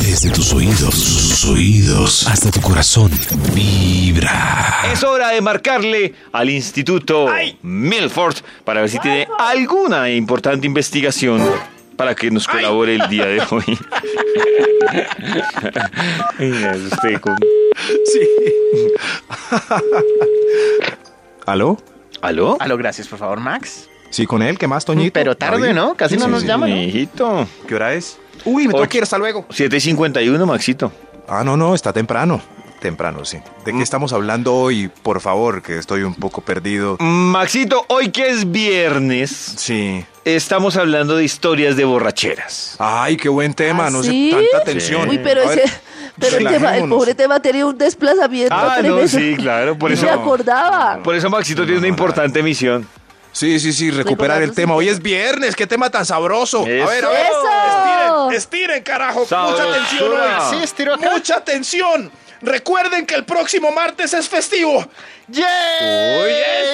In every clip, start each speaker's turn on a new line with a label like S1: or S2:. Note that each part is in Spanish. S1: Desde tus oídos, sus oídos, hasta tu corazón, vibra.
S2: Es hora de marcarle al Instituto Milford para ver si tiene alguna importante investigación para que nos colabore el día de hoy. Ay, me asusté con-
S3: ¿Aló?
S2: ¿Aló?
S4: Aló, gracias, por favor, Max.
S3: Sí, con él, ¿qué más, Toñito?
S4: Pero tarde,
S3: David.
S4: ¿no? Casi no nos llama, ¿no?
S2: Mijito.
S3: ¿Qué hora es? Uy, me
S2: Ocho.
S3: tengo que ir, hasta luego.
S2: 7.51, Maxito.
S3: Ah, no, no, está temprano. Temprano, sí. ¿De qué estamos hablando hoy? Por favor, que estoy un poco
S2: Mm.
S3: perdido.
S2: Maxito, hoy que es viernes,
S3: Sí.
S2: estamos hablando de historias de borracheras.
S3: Ay, qué buen tema,
S5: ¿Ah,
S3: no
S5: sí?
S3: sé, tanta tensión.
S5: Uy, pero,
S3: Eh, A ver,
S5: ese, pero el, tema- el
S3: relajémonos.
S5: pobre tema tenía un desplazamiento.
S2: Ah, no,
S5: tremendo.
S2: sí, claro, por
S5: Ni
S2: eso-
S5: me acordaba.
S2: Por eso Maxito
S3: No,
S2: tiene
S3: no,
S2: una
S3: no,
S2: importante misión.
S3: Sí, sí, sí, recuperar el
S5: Recordando
S3: tema.
S5: sus-
S3: Hoy es viernes, qué tema tan sabroso.
S2: Eso.
S3: A ver, a ver.
S5: ¡Eso!
S3: Estiren, estiren, carajo.
S2: Sabrosura.
S3: Mucha tensión hoy.
S4: Sí, estiro acá.
S3: Mucha atención. Recuerden que el próximo martes es festivo.
S4: ¡Yay!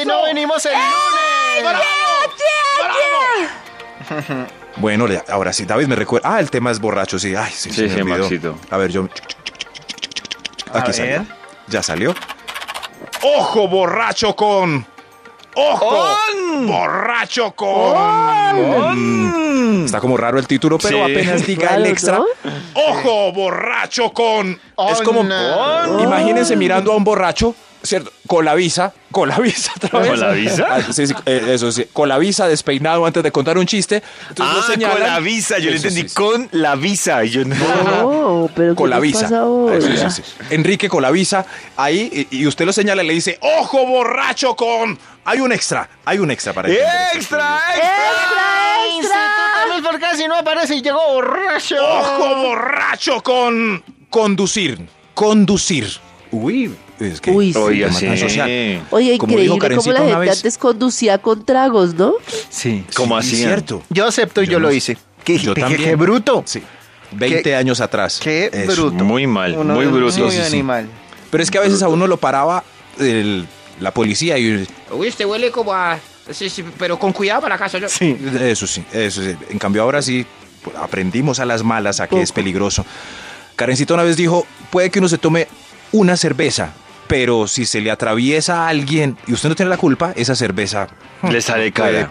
S3: eso!
S4: ¡No venimos el lunes!
S3: Bueno, le- ahora sí, David me recuerda. Ah, el tema es borracho, sí. Ay, sí,
S2: Sí,
S3: se
S2: sí,
S3: me olvidó.
S2: Maxito.
S3: A ver, yo.
S4: A
S3: Aquí
S4: ver.
S3: salió. Ya salió. Ojo borracho con. Ojo borracho con. Está como raro el título,
S2: Sí.
S3: pero apenas diga el
S5: Claro,
S3: extra.
S5: ¿no?
S3: Ojo borracho con.
S4: On.
S3: es como.
S4: On.
S3: Imagínense mirando a un borracho, ¿cierto? Con la visa. Con la visa otra vez.
S2: ¿Con la visa?
S3: Ah, sí, sí, eh, eso sí. Con la visa despeinado antes de contar un chiste.
S2: Ah,
S3: Entonces lo señalan.
S2: le
S3: Eso, sí, sí.
S2: con la visa. y yo no.
S5: No, pero ¿qué
S3: con la
S5: les
S3: visa. Ah,
S5: pasa ahora?
S3: Sí, sí, sí. Enrique con la visa. Ahí, y y usted lo señala y le dice, ojo borracho con... Hay un extra, hay un extra para entender este
S2: ¡Extra,
S3: estudio.
S2: extra!
S4: ¡Ay, Instituto Milford casi no aparece y llegó borracho!
S3: Ojo borracho con... Conducir, conducir. Uy, es que...
S5: Uy, sí.
S2: Oiga,
S3: tema tan
S2: sí.
S3: social.
S5: Oye,
S3: Como dijo
S5: increíble cómo
S3: Karencita
S5: la
S3: una
S5: gente
S3: vez.
S5: antes conducía con tragos, ¿no?
S4: Sí.
S2: ¿Cómo
S3: Sí,
S2: hacían?
S3: cierto.
S4: Yo acepto y yo,
S3: Yo no
S4: lo
S3: sé.
S4: hice. ¡Qué,
S3: Yo
S4: qué-
S3: también.
S4: qué bruto!
S3: Sí. 20
S4: Qué-
S3: años atrás.
S4: ¡Qué
S3: Eso.
S4: bruto!
S2: Muy mal,
S4: Uno
S2: muy
S4: es
S2: bruto.
S4: Muy
S3: Sí, sí, sí.
S4: animal.
S3: Pero es que a veces a uno lo paraba el- la policía y...
S6: Uy, este huele como a... Sí, sí, pero con cuidado para la casa. Yo...
S3: Sí, eso sí, eso sí. En cambio, ahora sí pues, aprendimos a las malas a que es peligroso. Karencita una vez dijo: puede que uno se tome una cerveza, pero si se le atraviesa a alguien y usted no tiene la culpa, esa cerveza
S2: Le sale
S3: puede
S2: cara.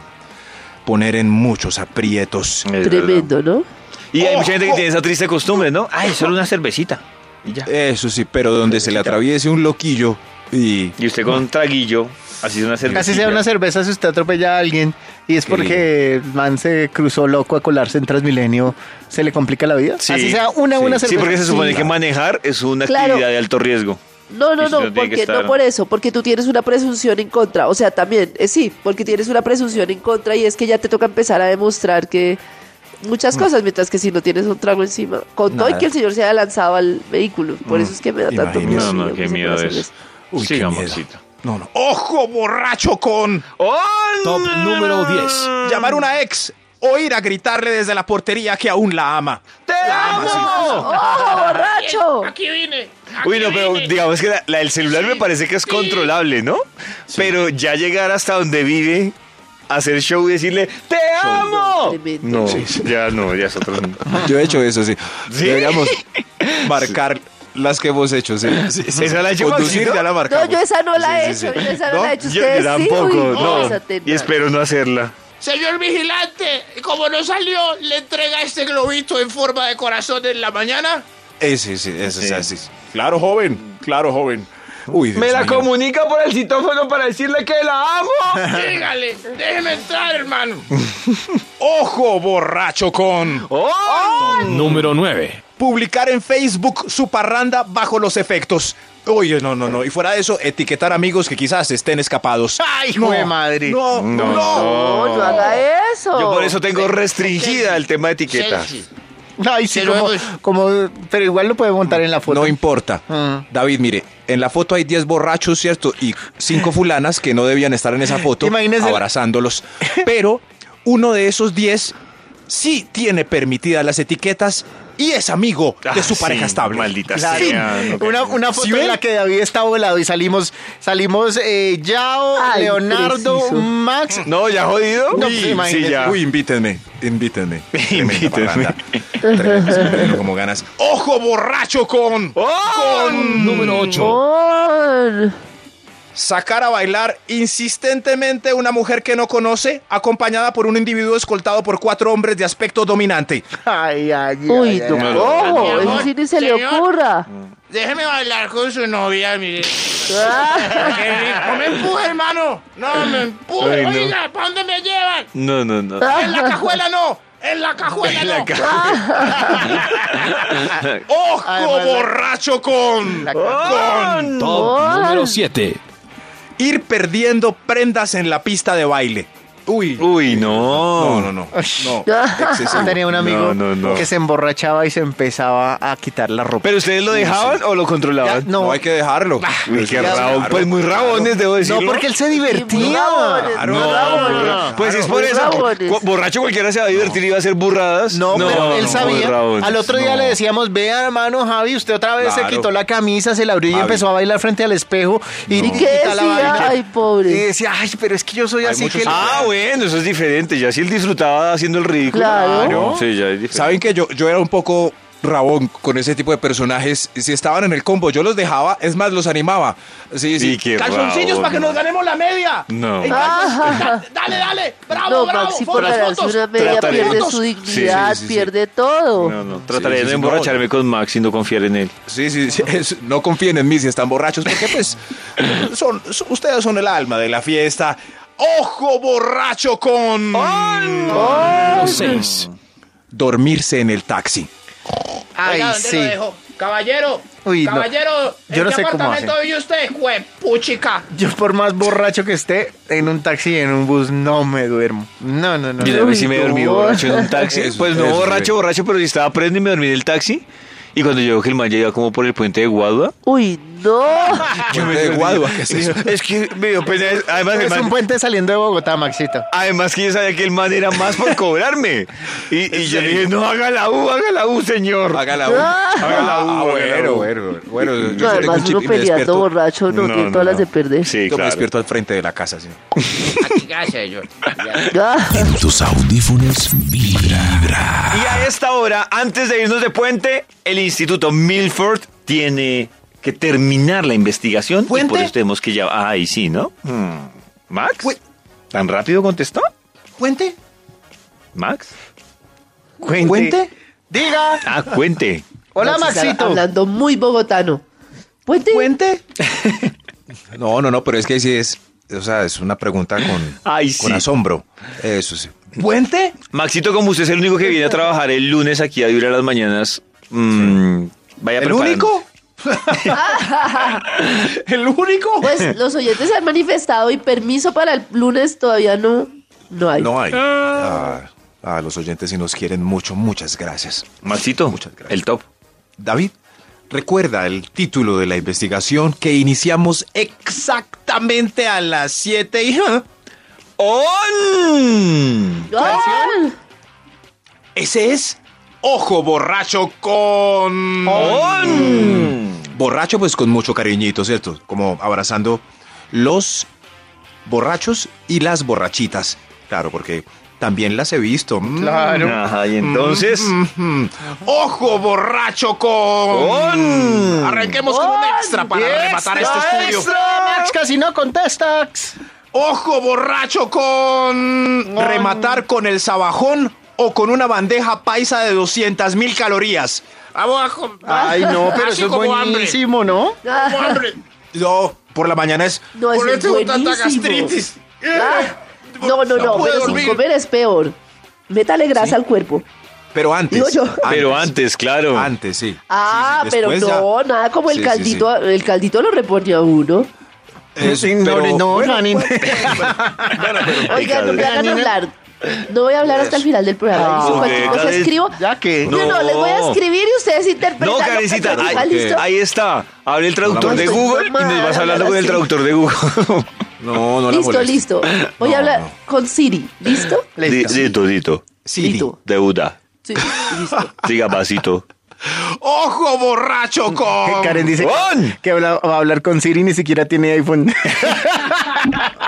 S3: poner en muchos aprietos.
S2: Es verdad.
S5: Tremendo, ¿no?
S2: Y hay mucha gente que tiene esa triste costumbre, ¿no? Ay, solo una cervecita. Y ya.
S3: Eso sí, pero donde se le atraviese un loquillo y.
S2: Y usted con traguillo, así es una cervecita.
S4: Casi sea una cerveza si usted atropella a alguien y es porque el man se cruzó loco a colarse en Transmilenio, ¿se le complica la vida?
S2: Sí,
S4: Así sea una
S3: sí.
S4: buena
S2: Sí,
S4: cerveza.
S2: porque se supone
S4: Sí.
S2: que manejar es una
S5: Claro.
S2: actividad de alto riesgo.
S5: No, no,
S2: Eso
S5: no,
S2: tiene que
S5: porque
S2: estar-
S5: no por eso, porque tú tienes una presunción en contra, o sea, también, eh, sí, porque tienes una presunción en contra y es que ya te toca empezar a demostrar que
S2: Mm.
S5: muchas cosas, mientras que si no tienes un trago encima, con todo y
S3: Nada.
S5: que el señor se haya lanzado al vehículo, por eso es que me da tanto
S3: Imagínese.
S5: miedo.
S2: Mm. No, no,
S5: digamos,
S2: qué
S5: ese
S2: miedo
S5: corazón
S2: es.
S3: Uy, qué
S2: Sigamos,
S3: miedo.
S2: cita.
S3: No, no. ¡Ojo borracho con!
S2: Top
S1: número 10.
S3: Llamar a una ex o ir a gritarle desde la portería que aún la ama.
S2: ¡Te
S3: amo!
S2: amo!
S5: ¡Oh, borracho!
S6: Aquí vine. aquí
S2: Uy, no, pero
S6: vine.
S2: digamos que la, la del celular me parece que es controlable, ¿no? Pero ya llegar hasta donde vive, hacer show y decirle ¡Te amo!
S5: Tremendo.
S2: No, ya no, ya es otro.
S3: Yo he hecho eso, sí.
S2: ¿Sí?
S3: Deberíamos marcar las que hemos hecho, sí. sí, sí.
S2: ¿Esa la ha hecho
S3: Conducir
S2: Maxito?
S3: ya la marcamos.
S5: No, yo esa no la he
S3: Sí, sí,
S5: hecho,
S3: sí.
S5: yo esa no,
S3: ¿No?
S5: la he hecho.
S2: Yo
S5: Ustedes
S2: tampoco,
S5: sí, uy,
S2: no.
S5: esa tenaz.
S2: Y espero no hacerla.
S6: Señor vigilante, como no salió, le entrega este globito en forma de corazón en la mañana.
S3: Eh, sí, sí, eso es
S2: Sí.
S3: así. Claro, joven. Claro, joven. Uy, Dios mío.
S2: comunica por el citófono para decirle que la amo.
S6: Dígale, déjeme entrar, hermano.
S3: Ojo borracho con
S5: ¡Oh!
S1: Número 9.
S3: publicar en Facebook su parranda bajo los efectos. Oye, no, no, no. Y fuera de eso, etiquetar amigos que quizás estén escapados.
S4: ¡Ay, hijo de madre!
S3: No,
S2: No.
S3: no.
S5: No, no haga eso.
S2: Yo por eso tengo restringida el tema de etiquetas.
S6: Selfie.
S4: Ay, sí,
S6: Pero
S4: como,
S6: hemos-
S4: como- pero igual lo puede montar en la foto.
S3: No importa.
S4: Ah.
S3: David, mire, en la foto hay 10 borrachos, ¿cierto? Y 5 fulanas que no debían estar en esa foto
S4: Imagínese-
S3: abrazándolos. Pero uno de esos 10 sí tiene permitidas las etiquetas y es amigo de
S2: Ah,
S3: su
S2: sí,
S3: pareja estable.
S2: Maldita
S4: Claro.
S2: sea. no creo.
S4: Una, una foto
S3: ¿Sí
S4: en
S3: ven?
S4: la que David está volado y salimos, salimos eh, Yao,
S5: Ay,
S4: Leonardo,
S5: preciso.
S4: Max.
S2: No, ya jodido.
S4: No,
S2: Uy,
S4: pues, imagínate.
S2: sí, ya.
S3: Uy, invítenme, invítenme. Tremenda
S2: Invítenme.
S3: parranda. Tremenda, siempre tengo como ganas. ¡Ojo borracho con! Con número 8.
S5: Mon.
S3: Sacar a bailar insistentemente una mujer que no conoce, acompañada por un individuo escoltado por cuatro hombres de aspecto dominante.
S4: Ay, ay, ay,
S5: Uy,
S4: ay,
S5: no,
S4: ay.
S5: ojo,
S6: Señor,
S5: eso sí ni se le
S6: señor.
S5: ocurra.
S6: Déjeme bailar con su novia, mire.
S5: Ah,
S6: Qué rico. No me empuje, hermano. No me empuje.
S2: Ay, no.
S6: Oiga, ¿para dónde me llevan?
S2: No, no, no.
S6: En la cajuela no. En la cajuela
S2: En la
S6: no.
S2: ca-
S3: ¡Ojo
S4: Además, la-
S3: borracho con!
S4: la-
S3: con!
S1: Top
S5: Ay.
S1: número 7.
S3: Ir perdiendo prendas en la pista de baile. Uy.
S2: Uy, no.
S3: No, no, no. No.
S4: Yo tenía un amigo
S2: No, no, no.
S4: que se emborrachaba y se empezaba a quitar la ropa.
S2: ¿Pero ustedes lo dejaban o lo
S4: Ya,
S2: controlaban?
S4: no,
S3: No hay que dejarlo.
S2: Uy, qué
S4: Ya,
S2: rabón.
S3: claro,
S2: Pues muy
S3: claro.
S2: rabones, debo
S4: no,
S2: decirlo.
S4: porque él se
S5: muy rabones,
S4: divertía.
S5: muy
S2: No,
S5: rabones.
S2: no, pues es
S5: muy
S2: por eso.
S5: rabones.
S2: Cu- Borracho cualquiera se va a divertir y va a hacer burradas.
S4: No, pero él
S2: no, muy
S4: sabía.
S2: rabones,
S4: al otro día
S2: no.
S4: le decíamos, vea hermano Javi, usted otra vez
S3: Claro.
S4: se quitó la camisa, se la abrió y
S3: Javi.
S4: empezó a bailar frente al espejo. ¿Y,
S5: ¿Y
S4: y
S5: qué
S4: quita la vaina.
S5: decía? Ay,
S4: Y
S5: pobre.
S4: decía, ay, pero es que yo soy
S3: Hay
S4: así
S3: muchos
S4: que...
S2: Ah, bueno, eso es diferente. Ya si él disfrutaba haciendo el ridículo.
S5: Claro.
S2: No, Sí, ya es diferente.
S3: Saben que yo, yo era un poco rabón con ese tipo de personajes. Si estaban en el combo, yo los dejaba, es más, los animaba. Sí, sí.
S2: Sí, qué
S6: Calzoncillos
S2: rabón.
S6: para que nos ganemos la media.
S2: No.
S6: En calzon- da- Dale, dale. Bravo,
S5: No,
S6: bravo.
S5: Maxi, por
S6: fotos,
S5: ganarse
S6: fotos.
S5: una media
S2: Trataré.
S5: pierde
S2: Fotos.
S5: su
S2: Sí, sí, sí,
S5: dignidad,
S3: sí.
S5: pierde todo.
S2: No, no. Trataré
S3: Sí, sí,
S2: de
S3: sí,
S2: no emborracharme con Max y no confiar en él.
S3: Sí, sí, sí, es- no confíen en mí si están borrachos, porque pues son, son- ustedes son el alma de la fiesta. Ojo borracho con
S1: Número 6.
S3: dormirse en el taxi.
S4: Ay,
S6: Oiga, ¿dónde
S4: sí.
S6: Ah, lo dejo? Caballero.
S4: Uy, no.
S6: caballero. ¿En
S4: Yo no
S6: qué
S4: sé cómo
S6: apartamento
S4: hace.
S6: vive usted? Puchica.
S4: Yo por más borracho que esté, en un taxi, en un bus, no me duermo. No, no, no.
S2: Y
S4: no.
S2: a mí sí me dormí
S5: no.
S2: borracho en un taxi.
S3: Eso,
S2: pues no
S3: eso,
S2: borracho,
S3: sí.
S2: borracho, pero si estaba prendo y me dormí en el taxi. Y cuando llegó que el man ya iba como por el puente de Guadua.
S5: Uy, no. Ah.
S3: Yo me de Guadua, ¿qué es eso?
S2: Es que me dio pena. Además, el
S4: Es un
S2: man-
S4: puente saliendo de Bogotá, Maxito.
S2: Además que yo sabía que el man era más por cobrarme. Y, y yo le dije, no, haga la U, haga la U, señor.
S3: Haga
S5: Ah.
S3: la U. Haga la U, haga la U. bueno, bueno, yo
S5: No,
S3: tengo
S5: además
S3: un chip
S5: uno
S3: y me despierto.
S5: peleando borracho no, tiene todas las de perder.
S2: Sí,
S3: Yo me
S2: claro.
S3: despierto al frente de la casa, sí.
S6: Gracias, señor.
S5: Ah.
S1: En tus audífonos vibra.
S2: Y a esta hora, antes de irnos de puente, el Instituto Milford tiene que terminar la investigación. Y
S3: ¿Puente?
S2: por eso tenemos que ya... Ah, ahí sí, ¿no? Hmm. ¿Max? ¿Tan rápido contestó?
S3: ¿Puente?
S2: ¿Max?
S4: Cuente.
S3: ¿Cuente?
S4: Diga.
S2: Ah, cuente.
S4: Hola,
S5: Maxi está
S4: Maxito.
S5: Hablando muy bogotano. Puente.
S3: No, no, no, pero es que ahí sí es, o sea, es una pregunta con,
S2: Ay, sí.
S3: con asombro. Eso sí. ¿Puente?
S2: Maxito, como usted es el único que viene a trabajar el lunes aquí a Vibra las Mañanas, mm, vaya
S3: ¿El
S2: preparando.
S3: único? ¿El único?
S5: Pues los oyentes se han manifestado y permiso para el lunes todavía no, no hay.
S3: No hay. Ah, ah, los oyentes si nos quieren mucho, muchas gracias.
S2: Maxito,
S3: Muchas gracias.
S2: el top.
S3: David, recuerda el título de la investigación que iniciamos exactamente a las 7 y... ah,
S2: ¡On!
S5: Ah,
S3: Ese es Ojo Borracho con...
S2: ¡On!
S3: Borracho pues con mucho cariñito, ¿cierto? Como abrazando los borrachos y las borrachitas. Claro, porque también las he visto. Mm.
S2: Ajá, y entonces...
S3: Mm. Ojo borracho con...
S4: Mm.
S2: Con.
S3: Arranquemos con un extra para rematar este estudio.
S4: Max, casi no contestas.
S3: Ojo borracho con... Rematar con el sabajón o con una bandeja paisa de 200 mil calorías.
S6: Ah, Abajo.
S4: Ay, no, pero
S6: Ah, Así
S4: eso es
S6: como hambre.
S4: buenísimo, ¿no?
S6: Como
S5: ah,
S6: hambre.
S3: Yo, por la mañana es...
S5: No, eso
S6: Por
S5: es
S6: eso tengo tanta
S5: buenísimo.
S6: gastritis.
S5: Ah, No, no,
S3: No
S5: no,
S3: puedo
S5: pero sin
S3: dormir.
S5: comer es peor. Métale grasa al cuerpo.
S3: Pero antes.
S5: Digo yo.
S2: Pero antes, claro.
S3: Antes, sí.
S5: Ah,
S3: Sí, sí,
S5: pero
S3: después ya.
S5: no, nada como el
S3: Sí, sí,
S5: caldito, el caldito lo repone a uno.
S3: sí. Eso, pero-
S4: Ignore- Eh, no,
S3: bueno,
S4: Janine.
S5: Oiga, no me
S4: Pero
S5: hagan
S4: Nina-
S5: hablar. No voy a hablar hasta el final del programa.
S2: Ah,
S5: Eso, cualquier
S2: ok,
S5: cosa
S2: Karen.
S5: escribo.
S4: Ya que-
S5: No, no, les voy a
S2: No.
S5: escribir y ustedes interpretan.
S2: No,
S5: lo que
S2: Karencita,
S5: escriba,
S2: ahí,
S5: ¿listo?
S2: ahí está. Abre el traductor
S3: No,
S2: de
S5: estoy
S2: Google y
S5: normal,
S2: nos vas hablando con el
S5: así.
S2: traductor de Google.
S3: No, no la
S5: listo,
S3: molestes.
S5: listo. Voy a
S3: No,
S5: hablar
S3: no.
S5: con Siri. ¿Listo?
S2: Di- Dito, dito.
S3: Siri.
S5: Listo.
S2: Deuda.
S5: Sí, y listo.
S2: Diga, vasito.
S6: ¡Ojo
S3: Mm,
S6: borracho con!
S4: Karen dice
S5: ¡Oh!
S2: ¡Juan!
S4: que habla- va a hablar con Siri y ni siquiera tiene iPhone.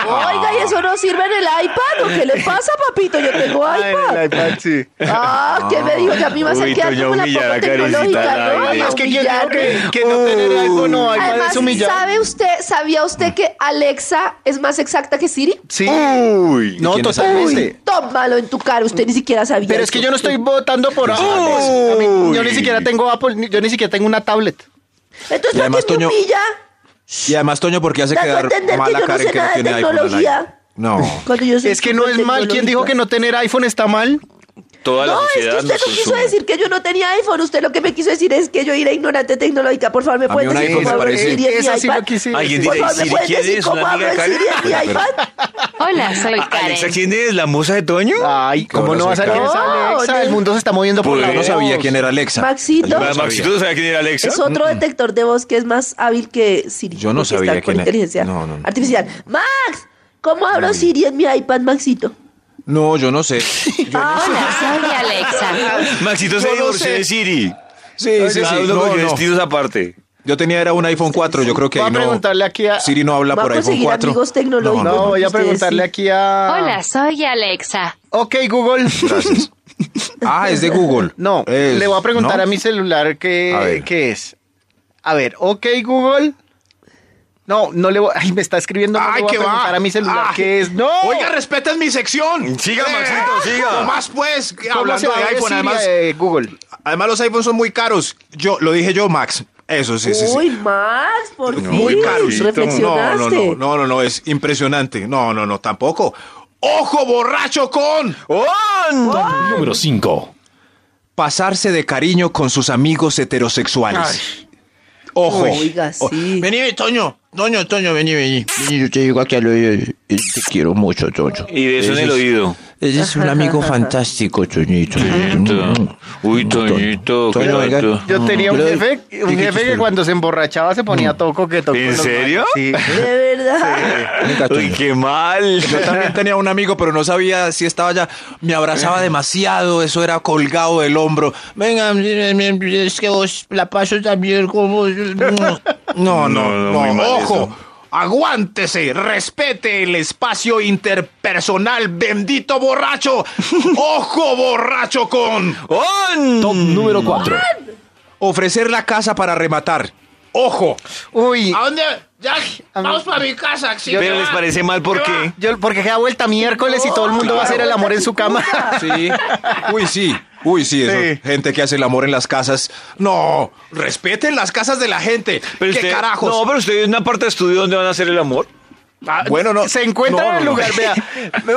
S5: Oiga, ¿y eso no sirve en el iPad? ¿O qué le pasa, papito? Yo tengo
S4: Ah, en
S5: iPad.
S4: el iPad, sí.
S5: Ah, ¿qué me dijo? Ya me iba a
S2: Uy,
S5: saquear
S2: Toña,
S5: como la
S2: humillar
S5: poco
S2: a Karencita,
S5: tecnológica,
S2: ay,
S5: ¿no? Y
S2: Dios.
S5: a
S4: Es que yo digo
S5: humillarme.
S4: que, que no tener iPhone o iPad
S5: Además,
S4: es humillar.
S5: ¿sabe usted, sabía usted que Alexa es más exacta que Siri?
S4: Sí.
S2: Uy.
S4: Uh, no,
S3: quién es
S4: totalmente.
S5: Tómalo en tu cara, usted ni siquiera sabía.
S4: Pero es que
S5: eso.
S4: yo no estoy votando por Apple. A mí- yo ni siquiera tengo Apple, ni- yo ni siquiera tengo una tablet.
S5: Entonces,
S3: Y además,
S5: ¿por qué me
S3: Toño-
S5: humilla?
S3: Y además, Toño, porque hace
S5: Dando a
S3: quedar
S5: entender que
S3: mal a
S5: yo no
S3: Karen
S5: sé
S3: que no
S5: nada de
S3: tiene iPhone. al
S5: tecnología.
S3: aire? No.
S5: Cuando yo soy
S4: Es que no es mal. ¿Quién dijo que no tener iPhone está mal?
S2: Toda la
S5: No, es que
S2: sociedad
S5: usted no
S2: nos
S5: quiso
S2: consume.
S5: decir que yo no tenía iPhone. Usted lo que me quiso decir es que yo era ignorante tecnológica. Por favor, ¿me
S3: mí
S5: pueden
S3: un
S5: decir
S3: iPhone
S5: cómo
S3: me
S5: abro el
S3: parece-
S5: Siri en mi
S4: Esa sí
S5: iPad?
S4: lo quise
S2: Alguien
S5: Por
S2: dice,
S5: favor, ¿me
S2: Siri,
S5: pueden
S2: ¿quién
S5: decir
S2: es?
S5: cómo
S2: ¿Una
S5: abro
S2: amiga
S5: el
S2: Karen?
S5: Siri en mi iPad?
S7: Hola, soy Karen.
S2: Alexa, ¿quién es? ¿La moza de Toño?
S5: Ah,
S4: Ay, ¿cómo
S3: Ahora
S4: no vas a
S3: soy
S4: saber quién es
S5: Karen.
S4: Alexa?
S5: No,
S4: El mundo se está moviendo por la
S6: Pues,
S3: Yo no
S4: voz.
S3: sabía quién era Alexa.
S5: Maxito.
S3: Yo no sabía.
S2: Pues, Maxito, ¿sabía quién era Alexa?
S5: Es otro detector de voz que es más hábil que Siri.
S3: mm, Yo no
S5: porque
S3: sabía
S5: está con
S3: quién era.
S5: inteligencia
S3: No, no, no.
S5: artificial. Max, ¿cómo abro Siri en mi iPad, Maxito?
S3: No, yo no sé.
S5: Ah,
S7: Hola, soy Alexa.
S2: Maxito se divorció de Siri.
S3: Sí,
S2: Cada uno
S3: No,
S2: cogió
S3: no.
S2: vestidos aparte.
S3: Yo tenía era un iPhone 4, yo creo que
S4: Voy a
S3: ahí no.
S4: preguntarle aquí a-
S3: Siri no habla
S5: Va a
S3: por iPhone
S5: conseguir
S3: 4.
S5: amigos tecnológicos.
S4: No, voy a
S5: Ustedes
S4: preguntarle
S5: este, sí.
S4: aquí a.
S7: Hola, soy Alexa.
S4: Ok, Google.
S3: Gracias. Ah, es de Google.
S4: No,
S3: Es-
S4: le voy a preguntar
S3: ¿no?
S4: a mi celular
S3: A
S4: qué,
S3: ver.
S4: qué es. A ver, ok, Google. No, no le voy. Ay, me está escribiendo. No le
S6: ¡Ay,
S4: voy
S6: qué
S4: a preguntar
S6: va!
S4: a mi celular
S6: Ay.
S4: qué es. No.
S6: Oiga, respeten mi sección.
S2: Siga,
S3: Eh, ah,
S2: Maxito, siga.
S6: No más pues,
S4: ¿cómo se
S6: hablando de
S4: va a
S6: iPhone,
S4: decir,
S6: además,
S4: eh, Google?
S3: Además, los iPhones son muy caros. Yo, lo dije yo, Max. Eso sí, sí, sí.
S5: Uy, Max, por fin.
S3: Muy caro.
S5: Reflexionaste.
S3: No, no, no, no, no, no, es impresionante. No, no, no, tampoco.
S6: ¡Ojo borracho con!
S1: Número 5.
S3: Pasarse de cariño con sus amigos heterosexuales. Ojo.
S5: Oiga,
S3: Oh,
S5: sí.
S6: Vení, Toño. Toño, Toño, vení, vení. Vení, yo te digo aquí al oído. eh, Te quiero mucho, Toño.
S2: Y de eso en el oído.
S6: Eres un amigo fantástico, Toñito. Mm.
S2: Toñito.
S5: Mm.
S2: Uy, Toñito, qué
S6: Toño, venga.
S2: bonito.
S4: Yo tenía un
S6: Mm, Pero-
S4: jefe, un
S6: ¿Qué Mm.
S4: jefe que
S6: quieres?
S4: cuando se emborrachaba se ponía todo coqueto. con
S2: ¿En
S4: los
S2: serio?
S4: manes. Sí.
S5: De verdad.
S2: Uy, qué mal.
S3: Yo también tenía un amigo, pero no sabía si estaba ya. Me abrazaba demasiado, eso era colgado del hombro.
S6: Venga, es que vos la paso Ah, también como...
S3: No, no,
S2: No, no,
S3: no.
S2: muy mal
S6: ¡Ojo!
S2: eso.
S6: Aguántese, respete el espacio interpersonal, bendito borracho. ¡Ojo borracho con!
S2: Oh.
S1: Top número 4.
S3: Ofrecer la casa para rematar.
S6: ¡Ojo!
S4: Uy,
S6: ¿A dónde? Ya,
S4: A mí-
S6: vamos para mi casa. sí,
S2: Pero
S6: ya.
S2: les parece mal
S6: Ya.
S2: porque.
S4: yo, porque queda vuelta miércoles y todo el mundo va a hacer el amor en su cama.
S3: Sí. Uy, sí. Uy, sí, eso.
S4: Sí.
S3: Gente que hace el amor en las casas. No, respeten las casas de la gente.
S2: Pero
S3: ¿Qué
S2: usted-
S3: carajos?
S2: No, pero ustedes en una parte de estudio donde van a hacer el amor.
S6: Ah,
S3: bueno, no.
S4: Se encuentra
S3: No,
S4: en el
S3: no, no.
S4: lugar, vea.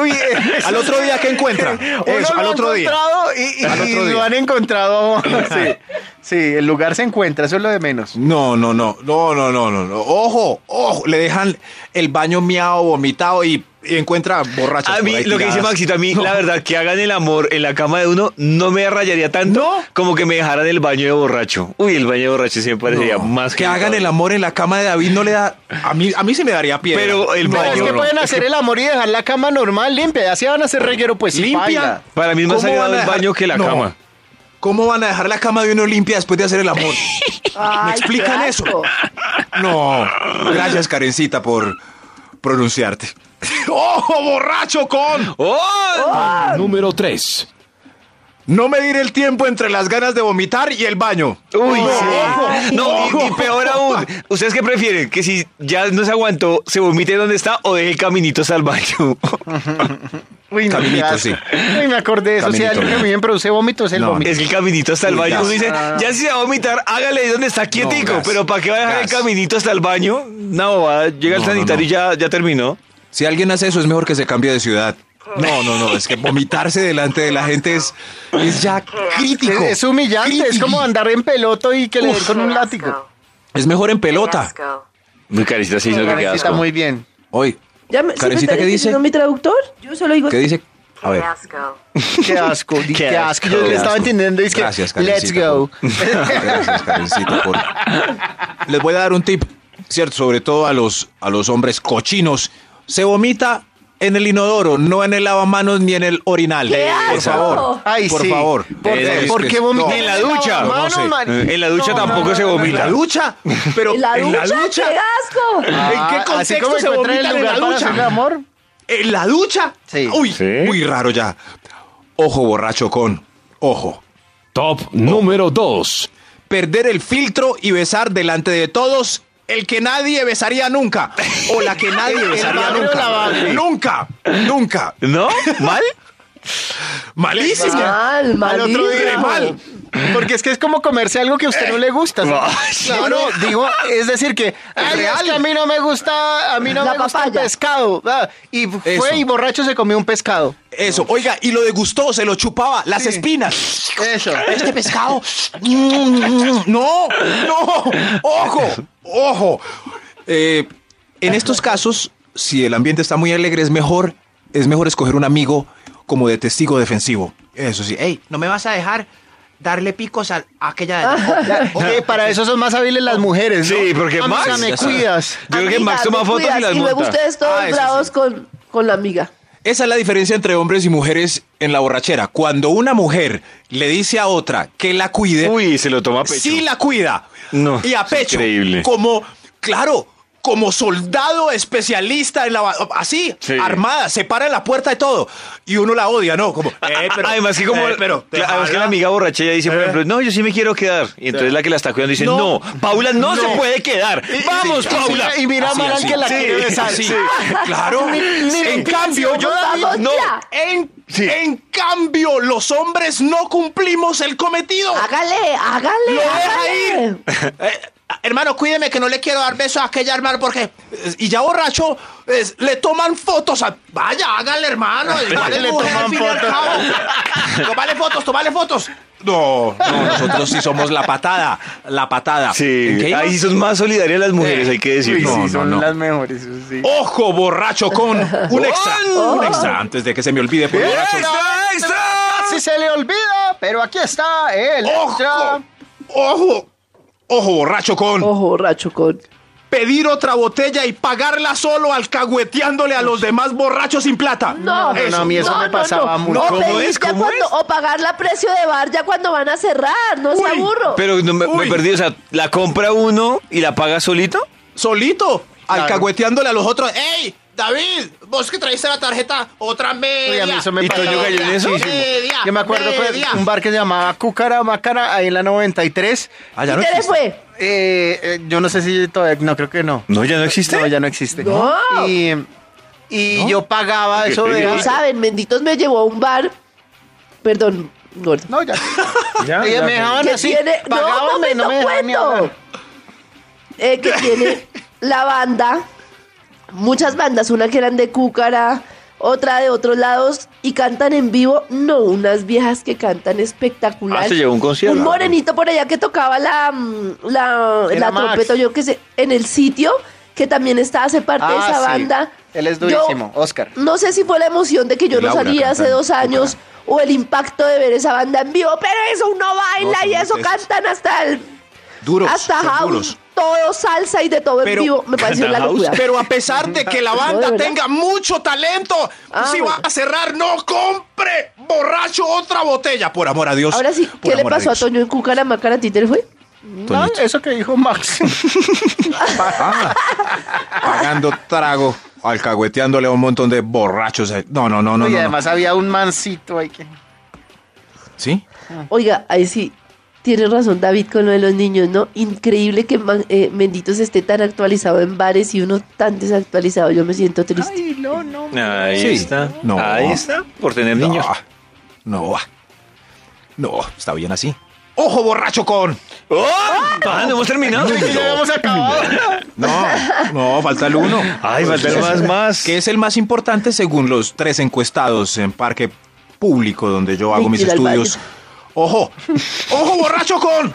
S4: Uy, eh,
S3: Al otro día, ¿qué encuentra?
S4: Uno
S3: Eso,
S4: lo
S3: al
S4: ha
S3: otro día.
S4: encontrado Y, y-
S3: Al otro
S4: y lo
S3: día.
S4: han encontrado. Sí, sí, el lugar se encuentra, eso es lo de menos.
S3: No, no, no, no, no, no, no, no. Ojo, ojo, le dejan el baño miado, vomitado y, y encuentra borrachas.
S2: A
S3: por
S2: mí,
S3: ahí
S2: lo que dice
S3: tiradas.
S2: Maxito, a mí, la verdad, que hagan el amor en la cama de uno no me rayaría tanto como que me dejaran el baño de borracho. Uy, el baño de borracho sí me parecería
S3: No,
S2: más
S3: que hagan el
S2: amor.
S3: amor en la cama de David no le da. A mí, a mí se me daría piedra.
S2: Pero el
S4: Pero
S2: baño.
S4: es que
S2: no.
S4: pueden hacer el amor y dejar la cama normal, limpia. Ya se van a hacer reguero, pues sí,
S3: limpia.
S4: baila.
S2: Para mí es más
S3: ¿Cómo
S2: sagrado
S3: van a
S2: el
S3: dejar-
S2: baño que la
S3: No.
S2: cama.
S3: ¿Cómo van a dejar la cama de uno limpia después de hacer el amor?
S5: Ay, qué
S3: explican eso?
S5: asco.
S3: No. Gracias, Karencita, por pronunciarte.
S6: ¡Ojo borracho con!
S1: Número 3.
S3: ¡Oh! No medir el tiempo entre las ganas de vomitar y el baño.
S2: Uy,
S3: No,
S2: sí.
S3: ojo,
S2: No, y, y peor aún. ¿Ustedes qué prefieren? Que si ya no se aguantó, se vomite donde está o deje el caminito hasta el baño.
S4: Uy, no,
S3: Caminito,
S4: qué asco.
S3: sí.
S4: Uy, me acordé de eso. Si
S3: Caminito.
S4: algo que a mí me produce vómitos, el
S3: No,
S4: vómito.
S2: Es que el caminito hasta el
S3: Uy,
S2: baño.
S3: gas.
S2: Uno dice,
S4: No, no, no.
S2: ya si se va a vomitar, hágale ahí donde está quietico.
S3: gas.
S2: pero ¿para qué va a dejar el
S3: Gas.
S2: caminito hasta el baño? No, llega el
S3: No, no,
S2: sanitario y ya, ya terminó.
S3: Si alguien hace eso, es mejor que se cambie de ciudad. No, no, no, es que vomitarse delante de la gente es, es ya
S4: Es,
S3: crítico.
S4: es humillante, es como andar en peloto y que le den con un látigo.
S3: Es mejor en pelota.
S2: Muy carecita se hizo que
S4: Karencita,
S2: asco.
S4: muy bien.
S3: Hoy,
S5: Ya me, ¿sí me
S3: Karencita,
S5: están
S3: ¿qué dice?
S5: diciendo mi traductor? Yo solo digo
S3: ¿Qué dice? A ver.
S4: Qué asco, di-
S2: Qué
S4: qué asco.
S2: asco.
S4: Yo
S2: Qué
S4: le estaba
S3: asco.
S4: entendiendo y es que,
S3: Gracias,
S4: let's
S3: Karencita,
S4: go.
S3: Gracias, Karencita, por- Les voy a dar un tip, ¿cierto? Sobre todo a los, a los hombres cochinos. Se vomita en el inodoro, no en el lavamanos ni en el orinal.
S5: ¡Qué
S3: Por
S5: asco!
S3: favor.
S4: Ay,
S3: por
S4: sí.
S3: favor.
S4: ¿Por,
S2: Eh,
S4: ¿por
S3: es-
S4: qué
S3: es-
S4: vomitar?
S3: no.
S2: En la ducha.
S4: Mano,
S3: No sé.
S4: marica.
S2: En la ducha tampoco se
S3: ¿En
S2: vomita.
S3: la ducha? Pero
S5: ¿En la ducha? ¡Qué asco!
S3: ¿En qué
S4: Ah, así como
S3: contexto
S4: encuentran
S3: se vomitan
S4: el
S3: en
S4: lugar
S3: la
S4: para
S3: ducha?
S4: hacer el amor.
S3: ¿En la ducha?
S4: Sí.
S3: Uy,
S2: Sí.
S3: muy raro ya. Ojo borracho con. Ojo.
S1: Top número 2.
S3: Perder el filtro y besar delante de todos el que nadie besaría nunca. O la que nadie besaría
S4: barrio
S3: nunca.
S4: lavable.
S3: Nunca. Nunca.
S2: ¿No? ¿Mal?
S3: Malísimo.
S5: Mal,
S4: Al
S5: malísimo.
S4: otro día, mal. Porque es que es como comerse algo que a usted no le gusta. ¿sí? No, no, digo, es decir que, ay, es que a mí no me gusta, a mí no
S5: La
S4: me gusta el
S5: papaya.
S4: pescado. Ah, Y fue
S3: Eso.
S4: y borracho se comió un pescado.
S3: Eso, oiga, y lo degustó, se lo chupaba, las espinas.
S4: Eso.
S3: Este pescado. Mm, No, no, ojo, ojo. Eh, en estos casos, si el ambiente está muy alegre, es mejor, es mejor escoger un amigo como de testigo defensivo. Eso sí, ey, no me vas a dejar darle picos a, a aquella de
S4: Oye, para eso son más hábiles las mujeres. ¿no?
S2: Sí, porque
S4: Amiga,
S2: Max-
S4: me
S2: ya sabe.
S4: cuidas.
S2: Yo creo que
S5: Amiga,
S2: Max toma
S5: te
S2: fotos
S5: cuidas,
S2: y las
S5: luego
S2: monta.
S5: ustedes todos
S3: Ah, eso
S5: bravos con, con la amiga.
S3: Esa es la diferencia entre hombres y mujeres en la borrachera. Cuando una mujer le dice a otra que la cuide,
S2: Uy, se lo toma a pecho.
S3: sí la cuida.
S2: No,
S3: y a
S2: es
S3: pecho.
S2: increíble.
S3: Como, claro, como soldado especialista en la. ba- Así,
S2: Sí.
S3: armada, se para en la puerta de todo. Y uno la odia, ¿no? Como, eh, pero.
S2: Ah, además que como
S3: eh, pero. te
S2: Cla- además que la
S3: jala. Eh.
S2: amiga borracha ella dice por ejemplo no yo sí me quiero quedar y entonces la que la está cuidando dice no,
S3: No.
S2: Paula no, se
S3: No.
S2: puede quedar vamos
S4: y-
S2: Paula
S4: y mira a Maran que la quiere besar.
S3: Sí, claro. en cambio, yo
S5: vamos
S3: David, no.
S5: ya.
S3: En, en cambio, los hombres no cumplimos el cometido.
S5: Hágale, hágale.
S3: Lo deja
S5: hágale.
S3: ir. Eh, hermano, cuídeme que no le quiero dar besos a aquella hermana porque. eh, Y ya borracho, eh, le toman fotos a. Vaya, hágale, hermano. Igual le toman fotos. Tomale fotos, tomale fotos. No, no, nosotros sí somos la patada. La patada.
S2: sí
S3: ¿En qué iba?
S2: ahí sí son más solidarias las mujeres
S3: Eh,
S2: hay que decir
S4: Uy,
S2: no,
S4: sí,
S2: no,
S4: son
S2: no.
S4: las mejores. sí.
S3: Ojo borracho con un extra. Un extra antes de que se me olvide por borracho.
S4: ¡Extra, Si se le olvida, pero aquí está el extra.
S3: Ojo, ojo, ojo borracho con
S5: Ojo, borracho con.
S3: pedir otra botella y pagarla solo alcahueteándole a los demás borrachos sin plata.
S5: No,
S4: no, no, a mí eso me pasaba mucho.
S5: No,
S3: ¿Cómo
S5: pedir
S3: es?
S5: ya
S3: ¿Cómo
S5: cuando-
S3: es?
S5: O pagar la precio de bar ya cuando van a cerrar, no se
S3: Uy,
S5: aburro.
S2: pero no, me, me
S3: Uy.
S2: perdí o sea la compra uno y la paga solito
S3: Solito, alcahueteándole a los otros. ¡Eh!
S6: ¡Ey! David, vos que traíste la tarjeta, otra media.
S4: Uy, a mí eso me
S2: ¿Y
S4: pasaba
S2: Toño cayó en eso?
S4: muchísimo.
S6: Media,
S4: Yo me acuerdo que
S6: media.
S4: un bar que se llamaba Cúcara Macara, ahí en la 93.
S5: ¿Y qué le fue?
S4: Eh, eh, yo no sé si todavía, no creo que no.
S2: no ya no existe
S4: No, ya no existe.
S5: No.
S4: Y, y yo pagaba eso de...
S5: No saben, Menditos me llevó a un bar. Perdón, gordo.
S4: No, ya. Ellas me dejaban
S5: que
S4: así.
S5: tiene- no,
S4: Pagaban, me-
S5: momento,
S4: no me dejaban ni
S5: cuento.
S4: hablar.
S5: Eh, que tiene la banda, muchas bandas, una que eran de Cúcara, otra de otros lados, y cantan en vivo, no, unas viejas que cantan espectacular.
S2: Ah, se llevó un concierto.
S5: Un morenito por allá que tocaba la, mm, la,
S4: Era
S5: la
S4: Max.
S5: trompeta, yo que sé, en el sitio, que también estaba, hace parte de
S4: Ah,
S5: esa
S4: sí.
S5: banda.
S4: Él es
S5: Yo-
S4: durísimo, Oscar.
S5: no sé si fue la emoción de que yo no
S3: Laura
S5: salía hace
S3: cantando,
S5: dos años o el impacto de ver esa banda en vivo, pero eso uno baila
S3: No, son
S5: y eso
S3: muy tesas.
S5: cantan hasta el
S3: Duros,
S5: hasta
S3: son
S5: house,
S3: duros.
S5: todo salsa y de todo
S3: Pero-
S5: en vivo, me pareció la locura.
S3: Pero a pesar de que la banda
S5: ¿verdad?
S3: tenga mucho talento,
S5: Ah,
S3: si va
S5: bueno.
S3: a cerrar, no compre borracho otra botella, por amor a
S2: pues,
S3: Dios.
S5: Ahora sí,
S3: por
S5: ¿qué le
S3: amor
S5: pasó a
S3: Dios.
S5: Toño en Cucaramacara? ¿A ti te fue?
S4: No, eso que dijo Max.
S3: Ah, pagando trago, alcahueteándole a un montón de borrachos. No, no, no, no.
S4: y
S3: no, no.
S4: además había un mancito ahí que...
S3: ¿Sí?
S5: Oiga, ahí sí, tiene razón David con lo de los niños, ¿no? Increíble que Man- eh, Menditos esté tan actualizado en bares y uno tan desactualizado, yo me siento triste.
S4: Ay, no, no.
S2: ahí
S3: Sí.
S2: está
S3: No.
S2: ahí está por tener niños
S3: No, no, no, está bien así. ¡Ojo borracho con!
S2: ¡Oh! Ah, no hemos terminado
S4: Ya hemos acabado.
S3: No, no, falta el uno.
S2: ay falta el más más
S3: Que es el más importante según los tres encuestados en Parque Público, donde yo hago
S5: Ay,
S3: mis
S5: ir al
S3: estudios.
S5: baño.
S3: ¡Ojo! ¡Ojo borracho con!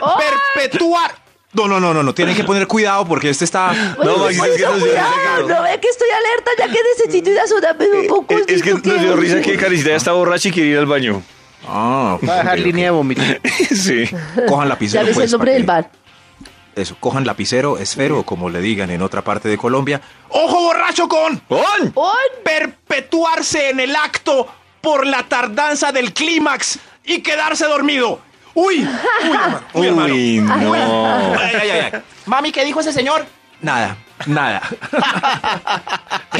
S5: ¡Oh!
S3: ¡Perpetuar! No, no, no, no, no. Tienen que poner cuidado porque este está.
S5: Oye, pues,
S2: No,
S5: me
S2: Maxi, es que
S5: puso
S2: nos dio risa
S5: cuidado,
S2: que- Eh,
S5: No ve que estoy alerta ya que necesito ir a sonarme un poco.
S2: es, es que
S5: ¿esto qué
S2: nos dio
S5: es?
S2: risa que Caricita ya está borracha y quiere ir al baño
S3: Ah,
S4: Va a dejar
S3: ok, ok.
S4: línea de vómito.
S2: sí
S3: Cojan la pues,
S5: Ya
S3: piscina.
S5: ves el nombre del bar.
S3: eso, cojan lapicero, esfero, o como le digan en otra parte de Colombia. ¡Ojo borracho con!
S2: ¡On!
S5: ¡Uy!
S3: Perpetuarse en el acto por la tardanza del clímax y quedarse dormido. ¡Uy! ¡Uy, hermano! ¡Uy, hermano!
S2: Uy, no.
S3: Ay, ay, ay, ay. Mami, ¿qué dijo ese señor? Nada, nada. No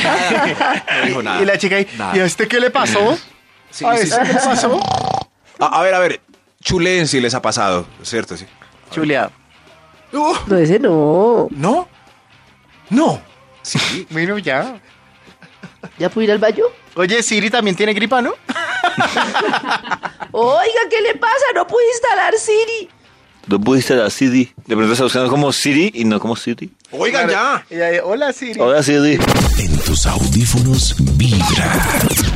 S3: dijo nada.
S4: Y la chica ahí,
S3: Nada.
S4: ¿y a este qué le pasó?
S3: Sí,
S4: ¿A
S3: sí,
S4: este qué le pasó?
S3: A, a ver, a ver. Chulen si les ha pasado, ¿cierto? Sí.
S4: Chuleado.
S3: Uh,
S5: No, ese no.
S3: ¿No? No. Sí.
S4: Bueno, ya.
S5: ¿Ya pude ir al baño?
S4: Oye, Siri también tiene gripa, ¿no?
S5: Oiga, ¿qué le pasa? No pude instalar Siri.
S2: No pudiste la CD. De pronto está buscando como Siri y no como City.
S3: Oigan ya.
S4: Y ahí, Hola, Siri.
S2: Ahora Siri.
S1: En tus audífonos vibra.